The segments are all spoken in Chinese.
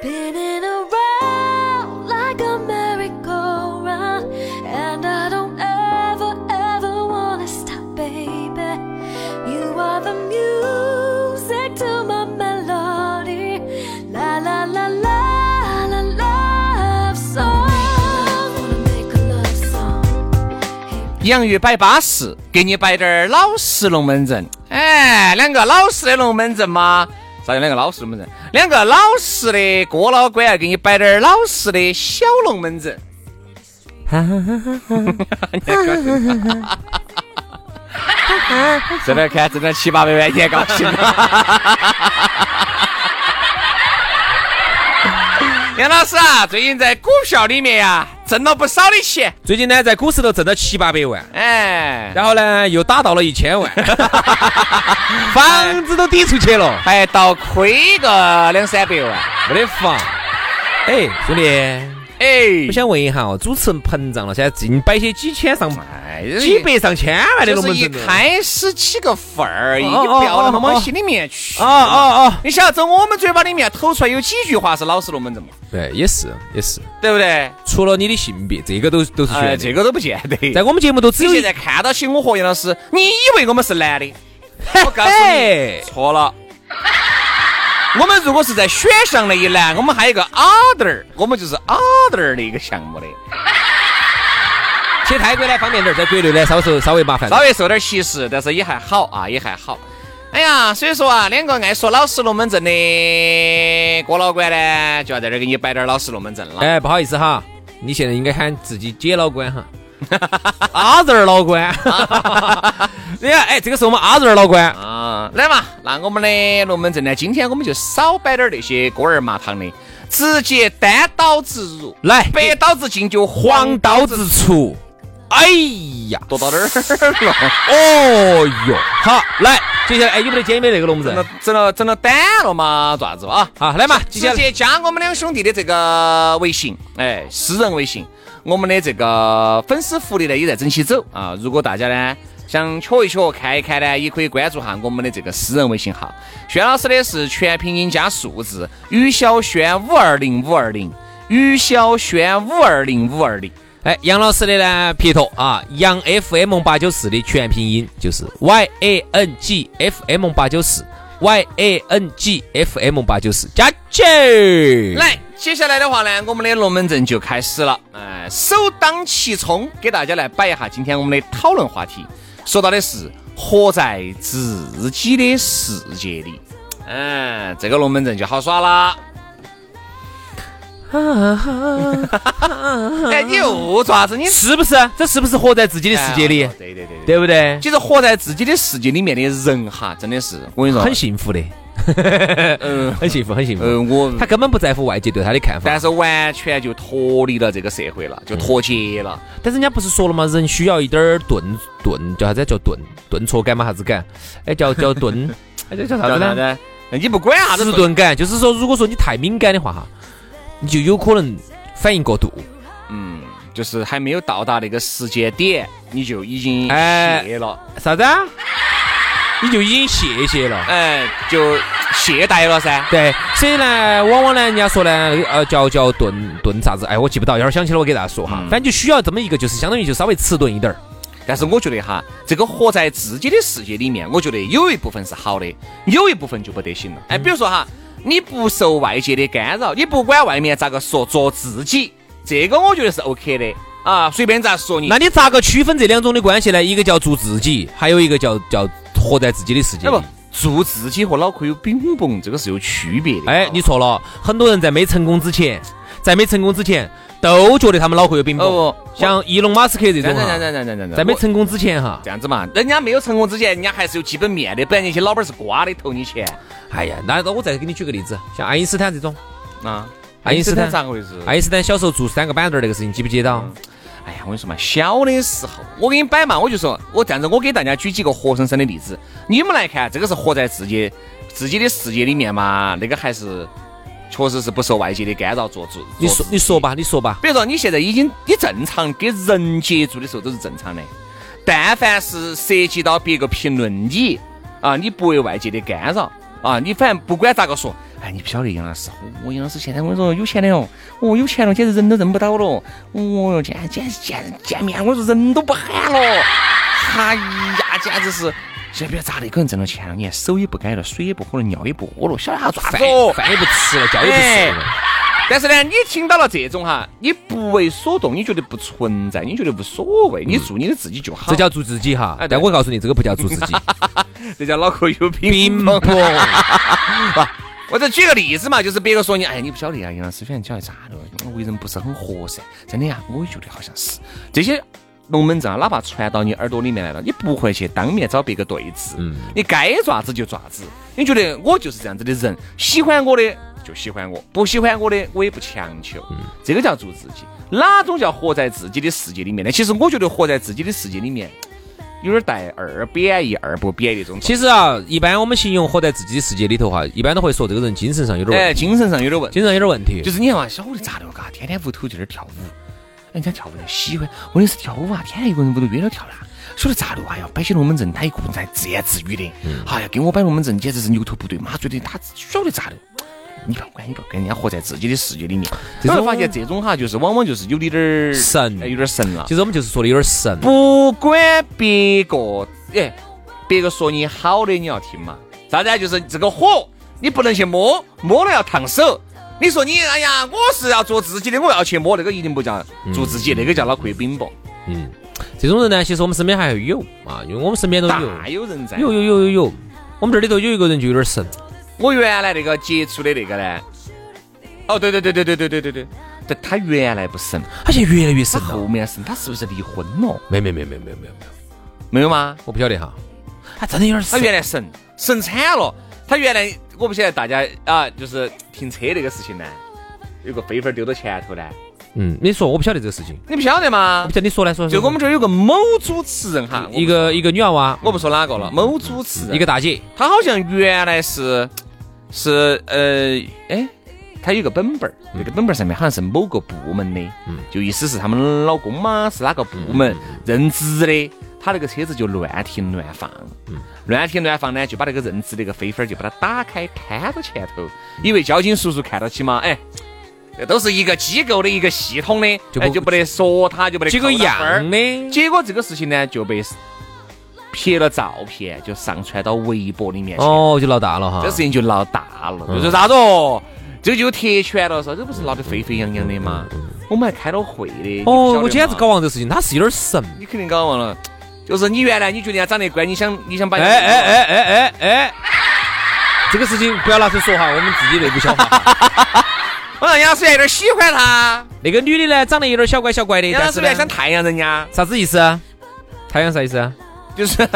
Spinning around like a merry-go-round, and I don't ever, ever wanna stop, baby. You are the music to my melody, la la la la la love song. I wanna make a love song. 洋芋摆巴适，给你摆点儿老实龙门阵。哎，两个老实的龙门阵嘛，啥叫两个老实龙门阵？两个老实的郭老倌要给你摆点儿老实的小龙门阵。这边看，这边七八百万，你还高兴吗？杨老师啊，最近在股票里面呀、挣了不少的钱，最近呢，在股市头挣了七八百万，哎，然后呢，又打到了一千 万，房子都抵出去了，还倒亏个两三百万。没得法。哎，兄弟，哎我，想问一下哦，主持人膨胀了，现在近摆些几千上哎几百上千万的就龙是门一阵呢。开始起个份儿而已，你哦哦不要那么哦往哦心里面去。哦哦哦，你想要从我们嘴巴里面吐出来有几句话是老实龙门阵嘛？对，也是也是，对不对？除了你的性别，这个都都是哎，悬这的。个都不见得。在我们节目都只你有一现在看到起我和杨老师，你以为我们是男的？我告诉你嘿，错了。我们如果是在选项那一栏，我们还有一个 other，我们就是 other 的一个项目的，去泰国呢方便点儿，在国内呢稍稍稍微麻烦。稍微受点歧视，但是也还好啊，也还好。哎呀，所以说啊，两个爱说老实龙门阵的郭老倌呢，就要在这儿给你摆点老实龙门阵 了。哎，不好意思哈，你现在应该喊自己姐老倌 哈，阿仁儿老 倌。对呀，哎，这个是我们阿仁儿老倌。啊，来嘛，那我们的龙门阵呢，今天我们就少摆点那些锅儿麻汤的，直接单刀直入，来白刀子进就黄黄刀刀子子，出。哎呀，剁到哪儿了？ 哦哟，好，来，接下来哎，有没得姐妹那个龙门整了阵？整了整了胆了嘛，咋子啊？好，来嘛，接直下来接加我们两兄弟的这个微信，哎，私人微信，我们的这个粉丝福利呢也在整起走啊。如果大家呢想瞧一瞧、看一看呢，也可以关注下我们的这个私人微信号。轩老师的是全拼音加数字，于小轩五二零五二零，于小轩五二零五二零。哎，杨老师的呢，撇头啊，杨 FM 八九四的全拼音就是 Y A N G F M 八九四，Y A N G F M 八九四，加起。来，接下来的话呢，我们的龙门阵就开始了。哎、首当其冲，给大家来摆一下今天我们的讨论话题，说到的是活在自己的世界里。嗯，这个龙门阵就好耍啦。 哎，你又爪子，你是不是？啊这是不是活在自己的世界里哎？对对对对。对不对？其实活在自己的世界里面的人哈，真的是我跟你说，很幸福的，嗯 很幸福，很幸呃，福。我他根本不在乎外界对他的看法。但是完全就脱离了这个社会了，就脱节了。但是人家不是说了吗？人需要一点儿顿顿，叫啥子？叫顿顿挫感吗？啥子感？哎，叫叫顿，哎，这 叫啥子啥呢？子？那你不管啊啥迟子钝感，就是说，如果说你太敏感的话哈，你就有可能反应过度。嗯，就是还没有到达那个时间点，你就已经哎懈了，啥子？啊？你就已经泄泄了。哎，就懈怠了噻。对，所以呢，往往呢，人家说呢，呃，叫叫顿顿啥子？哎，我记不到，一会儿想起来我给大家说哈。嗯反正就需要这么一个，就是相当于就稍微迟钝一点儿。但是我觉得哈，这个活在自己的世界里面，我觉得有一部分是好的，有一部分就不得行了。哎，比如说哈，你不受外界的干扰，你不管外面咋个说，做自己，这个我觉得是 OK 的啊，随便咋说你。那你咋个区分这两种的关系呢？一个叫做自己，还有一个叫叫活在自己的世界哎里不。，做自己和脑壳有冰崩，这个是有区别的。哎，你错了，很多人在没成功之前，在没成功之前都觉得他们脑壳有饼哦崩，像伊隆马斯克这这样种这样这样哈，这样这样，在没我成功之前哈，这样子嘛，人家没有成功之前，人家还是有基本面的，不然那些老板是瓜的投你钱哎呀，那那我再给你举个例子，啊像爱因斯坦这种，啊。爱因斯坦咋个回事？爱因斯坦小时候做三个板凳儿那个事情记不记得到？哎呀，我跟你说嘛，小的时候，我给你摆嘛，我就说，我这样子，我给大家举几个活生生的例子，你们来看，这个是活在自己自己的世界里面嘛，那个还是确实是不受外界的干扰做主。你说做你说吧，你说吧，比如说你现在已经你正常跟人接触的时候都是正常的，但凡是涉及到别个评论你啊，你不为外界的干扰啊，你反正不管咋个说，哎，你不晓得杨老师，我杨老师现在我跟你说有钱的哦，哦有钱了，简直人都认不到了，哦哟，见见见见面我说人都不喊了，哎呀，简直是。现在不要咋的，一个人挣了钱了，你看手也不改了，水也不喝了，尿也不屙了，晓得他咋饭子哦？哎饭也不吃了，觉也不睡了。哎但是呢，你听到了这种哈，你不为所动，你觉得不存在，你觉得无所谓，你做你的自己就好。这叫做自己哈哎，对但我告诉你，这个不叫做自己，这叫脑壳有冰病崩。 我再举个例子嘛，就是别个说你，哎，你不晓得呀，杨老师，反正晓得咋的，嗯为人不是很和善，真的呀，我也觉得好像是这些龙门阵啊，哪怕传到你耳朵里面来了，你不会去当面找别个对峙，你该爪子就爪子。你觉得我就是这样子的人，喜欢我的就喜欢我，不喜欢我的我也不强求，这个叫做自己。哪种叫活在自己的世界里面呢？其实我觉得活在自己的世界里面，有点带二贬义、二不贬义那种。其实啊，一般我们形容活在自己的世界里头哈，一般都会说这个人精神上有点哎，问题，精神上有点问题。精神上有点问题就。是你看嘛，小伙子咋的嘎，天天屋头就在那儿跳舞，人家跳舞人喜欢，问题是跳舞啊，天天一个人屋头约了跳啦。晓得咋的？哎呀，摆些龙门阵，他一个人在自言自语的。哎呀，跟我摆龙门阵简直是牛头不对马嘴的。他晓得咋的？你不要管，你不要管，人家活在自己的世界里面。这这种种发现这种哈，就是往往就是有点儿神哎有点儿神了。其实我们就是说的有点神，不管别个，哎，别个说你好的，你要听嘛。啥子啊？就是这个火，你不能去摸，摸了要烫手。你说你，哎呀，我是要做自己的，我要去摸，那个一定不叫做自己，那个叫脑壳有冰雹，嗯，这种人呢，其实我们身边还会有啊，因为我们身边都有，大有人在。有有有有有，我们这里头有一个人就有点神，我原来那个接触的那个呢，哦，对对对对对对对对对，但他原来不生，他现在越来越他神后了。面生，他是不是离婚了？没没没没没没有没有，没有吗？我不晓得哈，他真的有点他神。原来省省惨了，他原来我不晓得大家啊，就是停车那个事情呢，有个飞粉丢到前头呢，嗯，你说我不晓得这个事情，你不晓得我吗不？晓得你说来说来。就说我们这儿有个某主持人哈，一个一个女娃娃，我不说哪个了，某主持人，一个大姐，他好像原来是是呃哎。他有个本本儿，嗯那个本本儿上面好像是某个部门的，就意思是他们老公嘛是哪个部门嗯任职的，他那个车子就乱停乱放，嗯乱停乱放呢就把那个任职那个飞粉儿就把它打开摊到前头，以为交警叔叔看到起嘛，哎，这都是一个机构的一个系统的，就哎不就不得说他就不得几个扣他分儿样的，结果这个事情呢就被拍了照片，就上传到微博里面去。哦，就嗯闹大了哈。这事情就闹大了，就说啥子哦，这就铁拳了，说这不是闹得沸沸扬扬的吗？我们还开了会的。哦，我今天是搞忘，忘这事情，他是有点神。你肯定搞忘了。就是你原来你觉得人家长得乖，你想你想把哎人哎哎哎哎哎，这个事情不要拿出说哈，我们自己内部消化。 我让杨老师有点喜欢他，那个女的呢，长得有点小乖小乖的，杨老哎但师是有点想呢，太阳人家，啥子意思啊？太阳啥意思啊？就是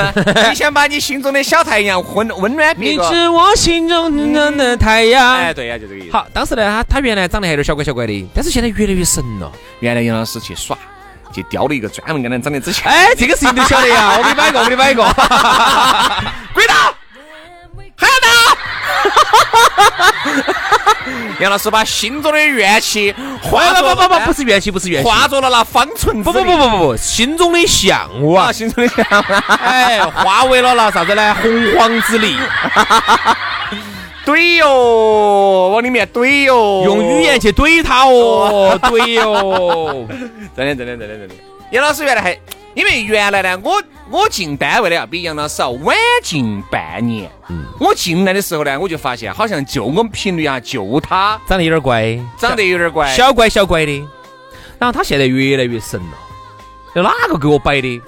你想把你心中的小太阳温温暖别你个。是我心中的那太哎，阳。对呀、就这个意思。好，当时呢，他他原来长得还有点小乖小乖的，但是现在越来越神了。原来杨老师去耍，去叼了一个专门跟他长得之前。哎，这个事情都晓得呀，我给你摆一个，我给你摆一 个。跪倒，喊倒。杨老师把心中的怨气化不作不不不，不是怨气，不是怨气。化作了那方寸不不不不不不，心中的向往啊，。心中的想法 哎，化为了那啥子呢？洪荒之力，怼哟，往里面怼哟，用语言去怼他哦，怼哟。真的真的真的真的。杨老师原来还，因为原来呢，我我进单位的要比杨老师要晚进半年。我进来的时候呢，我就发现好像就我们频率啊，就他 长得有点乖，长得有点乖，小乖小乖的，然后他现在越来越神了，有哪个给我摆的？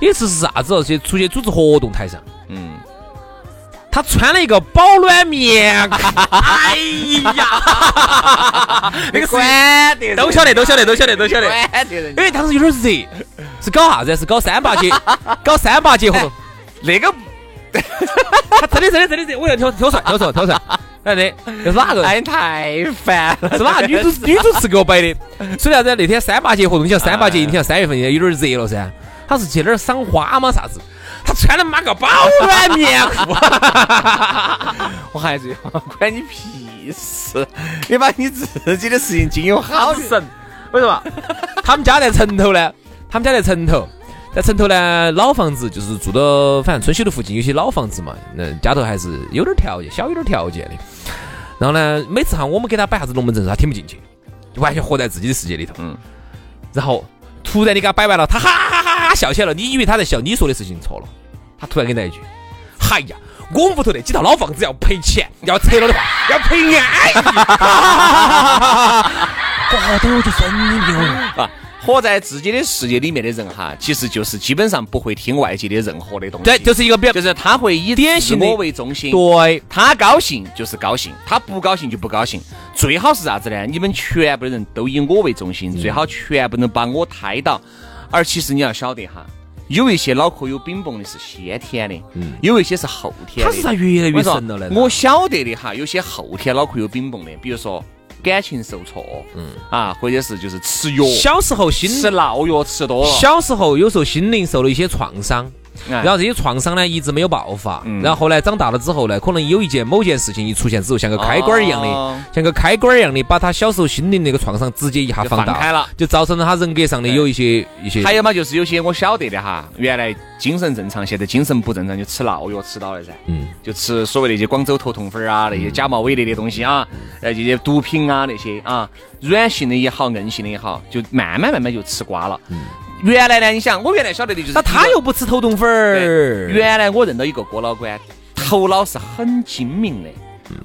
有一次是啥子哦？去出去组织活动台上，嗯，他穿了一个保暖棉， 哎呀， 那个是管得都晓得，都晓得，都晓得，都晓得。管得人因为当时有点热，是搞啥子？是搞三八节， 搞三八节活动。那个，他真的真的真的真的，我要挑挑出来，挑出来，挑出来。哎，对，又是哪个？哎，太烦了，是哪个女 主女主持给我摆的？所以啥子？那天三八节活动，你想三八节，你想三月份有点热了噻，他是去那儿赏花吗？啥子？他穿了妈个 保暖棉裤，我还是 管你屁事，你把你自己的事情经营好就。神！为什么？ 他们家在城头呢？他们家在城头，在城头呢，老房子就是住到反正春熙路附近有些老房子嘛，那家头还是有点条件，小有点条件的。然后呢，每次哈我们给他摆啥子龙门阵，他听不进去，就完全活在自己的世界里头。嗯。然后突然你给他摆完了，他哈哈哈哈笑起来了，你以为他在笑，你说的事情错了，他突然给你来一句：“嗨呀，我屋头那几套老房子要赔钱，要拆了的话要赔安逸。 哈哈哈哈哈哈”哇，对，我就神经病了。啊，活在自己的世界里面的人哈，其实就是基本上不会听外界的任何的东西。对，就是一个比较就是他会以典自型的我为中心，对，他高兴就是高兴，他不高兴就不高兴。最好是啥子呢？你们全部的人都以我为中心，嗯最好全部能把我抬到。而其实你要晓得哈，有一些脑壳有冰崩的是先天的，有一些是后天的。嗯他是咋越来越我说神了呢？我晓得的哈，有些后天脑壳有冰崩的，比如说感情受挫，嗯啊，或者是就是吃药，小时候心吃闹药吃多了，小时候有时候心灵受了一些创伤。哎嗯然后这些创伤呢一直没有爆发，然后后来长大了之后呢，可能有一件某件事情一出现之后，像个开关儿一样哦的，像个开关儿一样的，把他小时候心灵那个创伤直接一下就放放开大了，就造成了他人格上的对有一些一些。还有嘛，就是有些我晓得的哈，原来精神正常，现在精神不正常，就吃闹药吃到了噻，嗯，就吃所谓那些广州头痛粉儿啊，那些假冒伪劣的东西啊，嗯呃，这些毒品啊那些啊，软性的也好，硬性的也好，就慢慢慢慢就吃瓜了。原来呢，你想，我原来晓得的就是，嗯那他又不吃头痛粉儿对，原来我认到一个郭老倌，头脑是很精明的。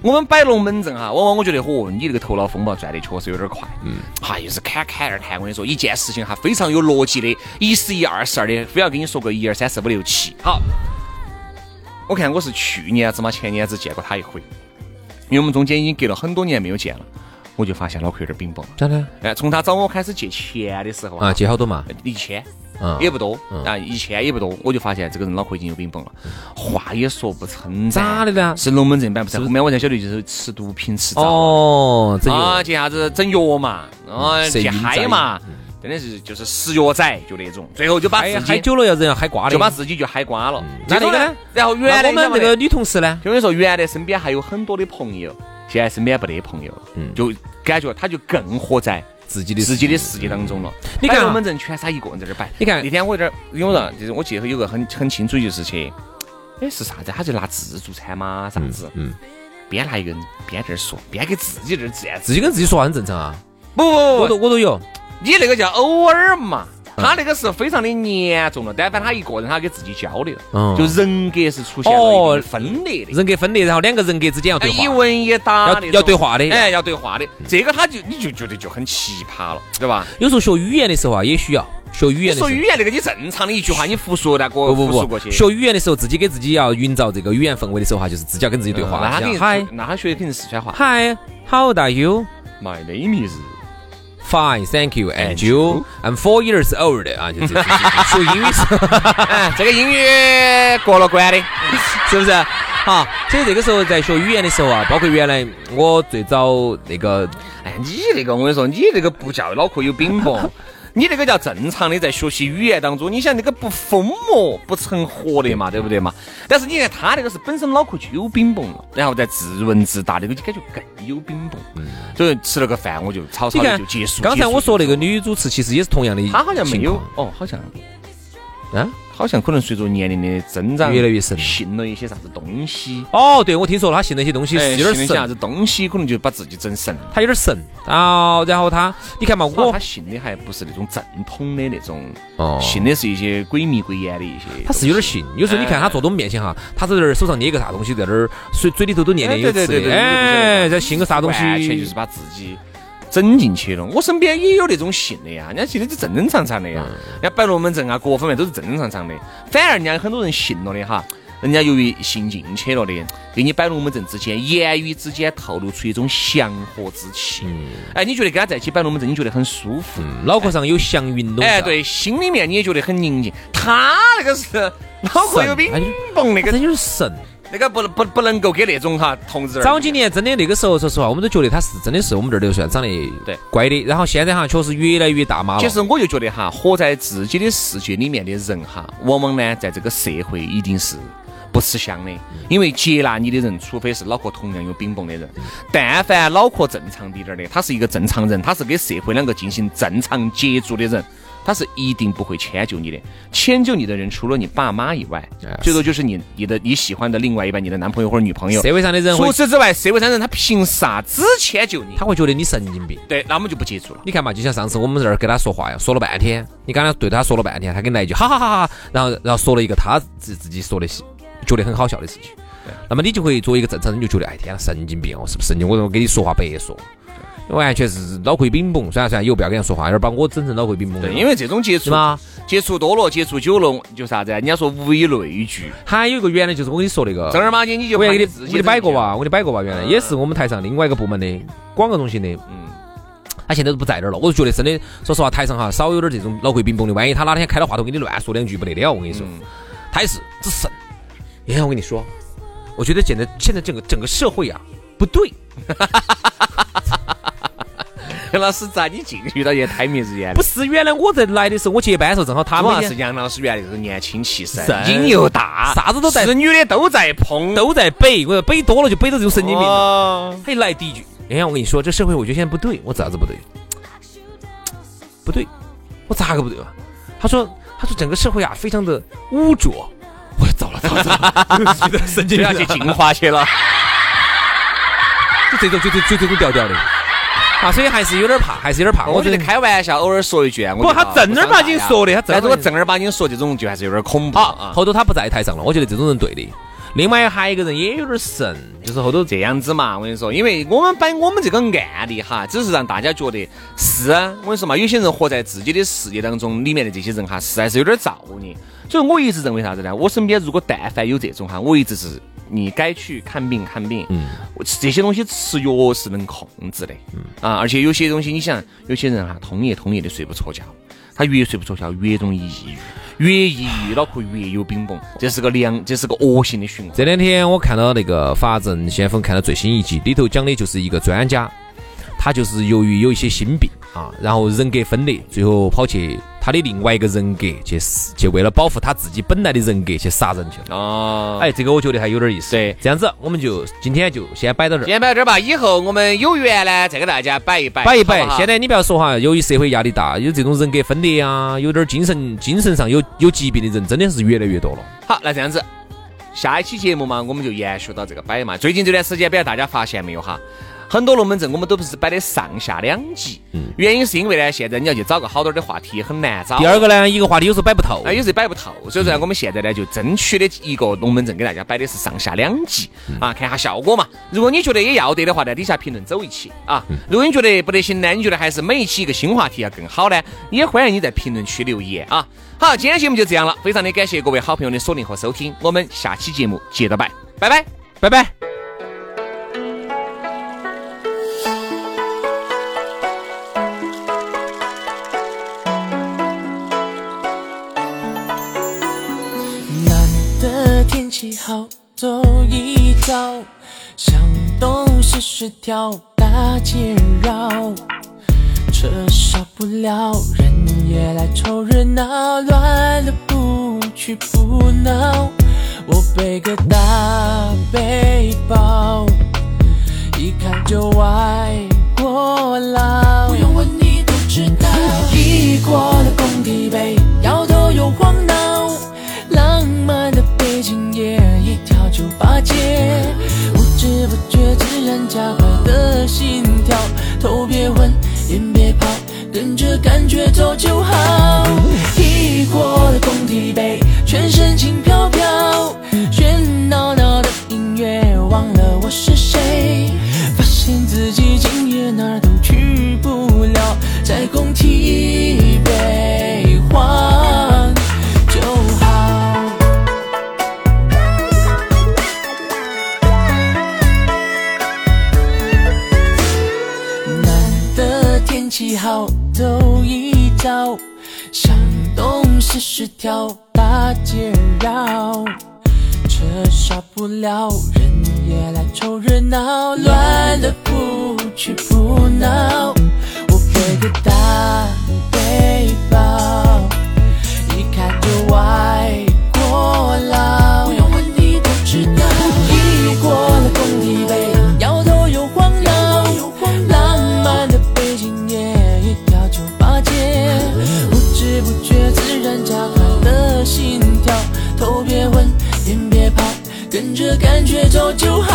我们摆龙门阵哈，往往我觉得，嚯、你这个头脑风暴转的确实有点快。嗯，哈，又是侃侃而谈。我跟你说，一件事情哈，非常有逻辑的，一是一，二是二的，非要跟你说个一二三四五六七。好，我看我是去年子嘛，前年子见过他一回，因为我们中间已经隔了很多年没有见了，我就发现脑壳有点冰崩了。咋的哎，从他找我开始借钱的时候啊？借好多嘛？一千啊，也不多啊，一千也不多，我就发现这个人脑壳已经有冰崩了，话也说不成。咋的？呢？是龙门阵摆不成，后面我才晓得就是吃毒品吃着哦，这啊，就去啥子整药嘛，啊，谁去晕嗨哉嘛，真的是就是食药仔就那种，最后就把嗯嗨自嗨己久了要人要嗨瓜的。就把自己就嗨瓜了。那这种那嗯个呢？然后原那来我们你这知道个吗女同事呢？就跟你说，原来身边还有很多的朋友，现在身边没得朋友了，嗯就感觉他就更活在自己的自己的世界当中了。嗯你看啊摆龙门阵全是他一个人在这儿摆。你看那天我有点儿，因为我说就是我记得有个很很清楚，就是去，哎是啥子？他就拿自助餐嘛，啥子？嗯嗯边拿一个人边在这儿说，边给自己在这儿自言自自己跟自己说话很正常啊，不不我不都我都有。你那个叫偶尔嘛。嗯他那个是非常的严重了，但凡他一个人，他给自己交流，嗯哦就人格是出现了一定分裂的。人格分裂，然后两个人格之间要哎，对一话，问一答要那种要对话的嗯哎，要对话的，这个他就你就觉得就很奇葩了，对吧？有时候学语言的时候啊，也需要学语言的时说候。语言那个你正常的一句话，你复述那个不复不述不过，去，学语言的时候，自己给自己要营造这个语言氛围的时候哈，就是自己要跟自己对话嗯那他。肯这定样嗨那他学的肯定是四川话。嗨，How old are you? My name is Fine, thank you. And And you? I'm four years old. 啊， 就这学英语是哎，这个英语过了关的，是不是？好，所以这个时候在学语言的时候啊，包括原来我最早那个哎，你那个我跟你说，你那个不叫脑壳有冰 崩。你那个叫正常的，在学习语言当中，你想那个不疯魔不成活的嘛，对不对嘛？但是你看他那个是本身脑壳就有冰崩了，然后再自问自答，那个就感觉更有冰崩。所以吃了个饭，我就草嗯你草的看就结束。刚结才束我说那个，女主持其实也是同样的情她况，好像没有哦，好像啊。好像可能随着年龄的增长，越来越深信了一些啥子东西，哦，对，我听说了，他信那些东西是哎有点信了一些啥神，子东西，可能就把自己整神了。他有点神啊。然后他，你看嘛，我我他信的还不是那种正统的那种，哦信的是一些鬼迷鬼眼的一些东西。他是有点信。有时候你哎看他坐到我们面前哈，他在这儿手上捏个啥东西，在这儿嘴嘴里头都念念有哎对词对对的，对哎，对在信个啥东西，完全就是把自己整进去了。我身边也有那种信的呀，人家信的就正正常常的嗯呀，人家摆龙门阵啊，各方面都是正正常常的。反而人家很多人信了的哈，人家由于信进去了的，给你摆龙门阵之间，言语之间透露出一种祥和之气。嗯哎，你觉得跟他在一起摆龙门阵，你觉得很舒服？脑壳上有祥云笼罩。哎，对，心里面你也觉得很宁静。他那个是脑壳神，有冰哎崩那个真就是神。那个不不不能够给那种哈同志儿早几年真的那个时候，说实话，我们都觉得他是真的是我们这儿流算长得对乖的。然后现在哈，确实越来越大妈了。其实我就觉得哈，活在自己的世界里面的人哈，往往呢，在这个社会一定是不吃香的，嗯因为接纳你的人，除非是脑壳同样有冰崩的人，但凡脑壳正常滴点儿的，他是一个正常人，他是跟社会两个进行正常接触的人。他是一定不会迁就你的，迁就你的人除了你爸妈以外，哎最多就是你你的你喜欢的另外一半，你的男朋友或者女朋友。社会上的人会除，此之外，社会上人他凭啥只迁就你？他会觉得你神经病。对，那我们就不接触了。你看嘛，就像上次我们这儿跟他说话呀，说了半天，你刚才对他说了半天，他跟你来一句哈哈哈哈，然后然后说了一个他自自己说的事，觉得很好笑的事情。那么你就会作为一个正常人，你就觉得哎天啊，神经病哦，是不是神经？我说我跟你说话白说，完全是脑壳冰崩。虽然虽然以后不要跟人说话，有点把我整成脑壳冰崩了。对，因为这种接是触吗？接触多了，接触久了，就啥子啊？人家说物以类聚，还有一个原来就是我跟你说那个，正儿八经你就我也怕给你自我己给你摆过整哇，我给你摆过哇，嗯原来也是我们台上另外一个部门的广告中心的，嗯，他现在都不在这儿了，我就觉得真的，说实话，台上哈少有点这种脑壳冰崩的，万一他哪天开了话筒给你乱说两句不得了，我跟你嗯说，他也是只神。哎，我跟你说，我觉得现在现在整个整个社会啊不对，杨 老师咋你进入到这台面之间？不是原来我在来的时候，我接班的时候正好他主们要也是杨老师原来就是年轻气盛是，瘾又大，啥子都在是女的都在碰，都在北，我北多了就北到这种神经病了。哦他一来第一句，哎呀，我跟你说，这社会我觉得现在不对，我咋子不对？不对，我咋个不对啊？他说，他说整个社会啊，非常的污浊。我说糟了糟了糟了， 觉得神经就病啊要了，去进化去了。 就这种就就就这种调调的 啊，所以还是有点怕，还是有点怕。我我觉觉得得开玩笑，偶尔说一句啊，我不觉得他啊正儿八经说的他正儿八经但如果正儿八经说这种，就还是有点恐怖好，啊。后头他不在台上了，我觉得这种人对的。另外还有一个人也有点神，就是后头这样子嘛，我跟你说，因为我们摆我们这个案例哈，只是让大家觉得是啊，我跟你说嘛，有些人活在自己的世界当中，里面的这些人哈，实在是有点造孽。所以我一直认为啥子呢？我身边如果但凡有这种哈，我一直是你该去看病看病，嗯，这些东西吃药是能控制的，嗯啊，而且有些东西你想，有些人哈，通夜通夜的睡不着觉。他越睡不着觉，越容易抑郁，越抑郁脑壳越有冰崩，这是个良，这是个恶性的循环。这两天我看到那个《法证先锋》看到最新一集，里头讲的就是一个专家，他就是由于有一些心病啊，然后人格分裂，最后跑去他的另外一个人格去死去为了保护他自己本来的人格去杀人去了。哦哎，这个我觉得还有点意思。对这样子我们就今天就先摆到这儿，先摆这儿吧，以后我们有缘呢再给大家摆一摆，摆一摆好不。好现在你不要说哈，由于社会压力大，有这种人格分裂啊，有点精神精神上有有疾病的人，真的是越来越多了。好，那这样子，下一期节目嘛，我们就延续到这个摆嘛。最近这段时间，不知道大家发现没有哈？很多龙门阵我们都不是摆的上下两集，嗯原因是因为呢，现在你要去找个好点儿的话题很难找。第二个呢，一个话题有时候摆不透啊，，有时摆不透，所以说呢我们现在呢就争取的一个龙门阵给大家摆的是上下两集啊，看下效果嘛。如果你觉得也要得的话，在底下评论走一期啊。如果你觉得不得行呢，你觉得还是每一期一个新话题要更好呢，也欢迎你在评论区留言啊。好，今天节目就这样了，非常的感谢各位好朋友的锁定和收听，我们下期节目接着摆，拜拜。拜拜。难得天气好，走一遭，向东是十条大街绕，车少不了，人也来凑热闹，乱了不屈不挠。我背个大背包，一看就外国佬。不用问你都知道，异国的公敌背，摇头又晃脑，浪漫的北京夜，一跳就八戒，不知不觉自然加快的心跳，头别昏，眼别跑，跟着感觉走就好。异国的公敌背，全身轻飘飘，喧闹闹的音乐，忘了我是谁，发现自己今夜哪儿都去不。走一遭，想东西十条大街绕，车少不了人也来凑热闹，乱了不去不闹，我背个大背包。一看就外国佬，不用问你都知道。异国了公敌北，摇头又晃脑，浪漫的北京夜，一跳就八戒，不知不觉自然加快了心跳，头别昏，眼别跑，跟着感觉走就好。